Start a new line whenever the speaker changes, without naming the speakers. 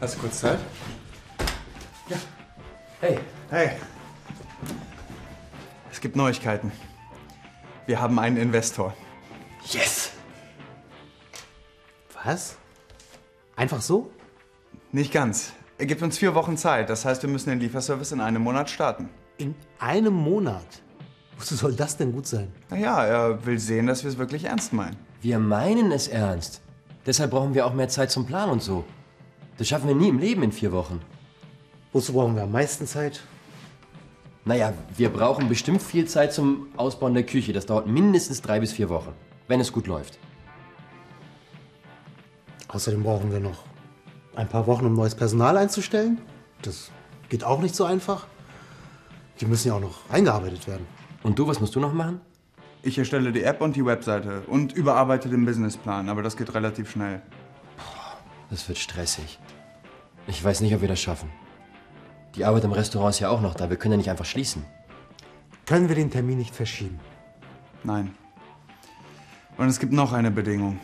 Hast du kurz Zeit?
Ja. Hey.
Hey. Es gibt Neuigkeiten. Wir haben einen Investor.
Yes! Was? Einfach so?
Nicht ganz. Er gibt uns vier Wochen Zeit. Das heißt, wir müssen den Lieferservice in einem Monat starten.
In einem Monat? Wozu soll das denn gut sein?
Naja, er will sehen, dass wir es wirklich ernst meinen.
Wir meinen es ernst. Deshalb brauchen wir auch mehr Zeit zum Plan und so. Das schaffen wir nie im Leben in vier Wochen.
Wozu brauchen wir am meisten Zeit?
Naja, wir brauchen bestimmt viel Zeit zum Ausbauen der Küche. Das dauert mindestens drei bis vier Wochen, wenn es gut läuft.
Außerdem brauchen wir noch ein paar Wochen, um neues Personal einzustellen. Das geht auch nicht so einfach. Die müssen ja auch noch eingearbeitet werden.
Und du, was musst du noch machen?
Ich erstelle die App und die Webseite und überarbeite den Businessplan, aber das geht relativ schnell.
Das wird stressig. Ich weiß nicht, ob wir das schaffen. Die Arbeit im Restaurant ist ja auch noch da. Wir können ja nicht einfach schließen.
Können wir den Termin nicht verschieben?
Nein. Und es gibt noch eine Bedingung.